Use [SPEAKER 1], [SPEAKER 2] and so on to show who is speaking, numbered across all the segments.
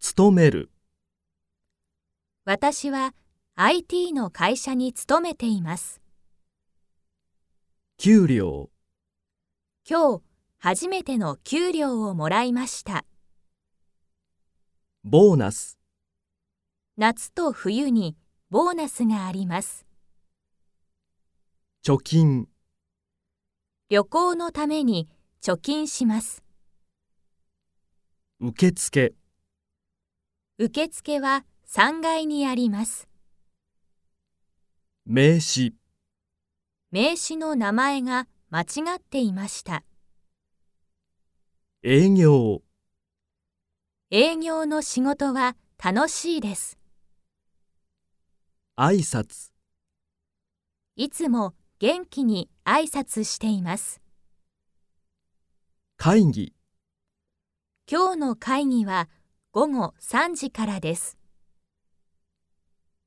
[SPEAKER 1] 勤める、
[SPEAKER 2] 私は IT の会社に勤めています。
[SPEAKER 1] 給料、
[SPEAKER 2] 今日、初めての給料をもらいました。
[SPEAKER 1] ボーナス、
[SPEAKER 2] 夏と冬にボーナスがあります。
[SPEAKER 1] 貯金、
[SPEAKER 2] 旅行のために貯金します。
[SPEAKER 1] 受付、
[SPEAKER 2] 受付は3階にあります。
[SPEAKER 1] 名刺、
[SPEAKER 2] 名刺の名前が間違っていました。
[SPEAKER 1] 営業、
[SPEAKER 2] 営業の仕事は楽しいです。
[SPEAKER 1] 挨拶、
[SPEAKER 2] いつも元気に挨拶しています。
[SPEAKER 1] 会議、
[SPEAKER 2] 今日の会議は午後3時からです。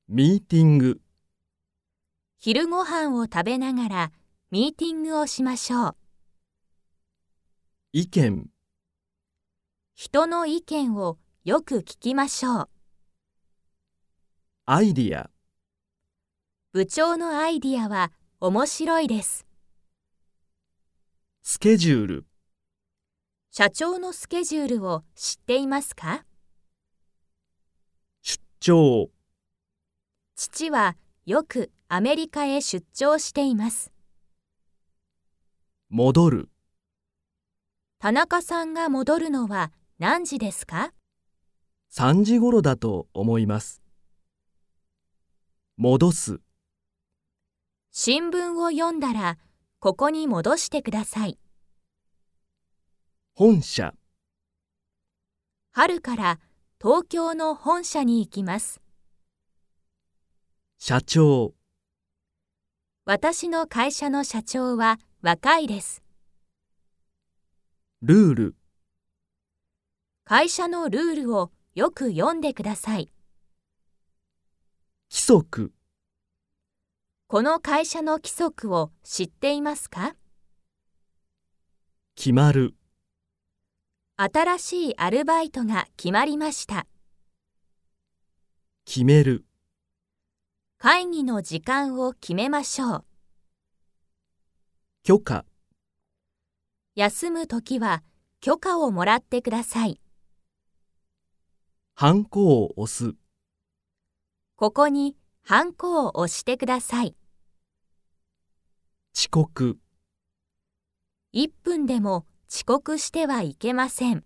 [SPEAKER 1] ミーティング、
[SPEAKER 2] 昼ご飯を食べながらミーティングをしましょう。
[SPEAKER 1] 意見、
[SPEAKER 2] 人の意見をよく聞きましょう。
[SPEAKER 1] アイディア、
[SPEAKER 2] 部長のアイディアは面白いです。
[SPEAKER 1] スケジュール、
[SPEAKER 2] 社長のスケジュールを知っていますか
[SPEAKER 1] 出張、
[SPEAKER 2] 父はよくアメリカへ出張しています。
[SPEAKER 1] 戻る、
[SPEAKER 2] 田中さんが戻るのは何時ですか
[SPEAKER 1] 3時頃だと思います。戻す、
[SPEAKER 2] 新聞を読んだらここに戻してください。
[SPEAKER 1] 本社、
[SPEAKER 2] 春から東京の本社に行きます。
[SPEAKER 1] 社長、
[SPEAKER 2] 私の会社の社長は若いです。
[SPEAKER 1] ルール、
[SPEAKER 2] 会社のルールをよく読んでください。
[SPEAKER 1] 規則、
[SPEAKER 2] この会社の規則を知っていますか
[SPEAKER 1] 決まる、
[SPEAKER 2] 新しいアルバイトが決まりました。
[SPEAKER 1] 決める、
[SPEAKER 2] 会議の時間を決めましょう。
[SPEAKER 1] 許可、
[SPEAKER 2] 休むときは許可をもらってください。
[SPEAKER 1] ハンコを押す、
[SPEAKER 2] ここにハンコを押してください。
[SPEAKER 1] 遅刻。
[SPEAKER 2] 1分でも遅刻してはいけません。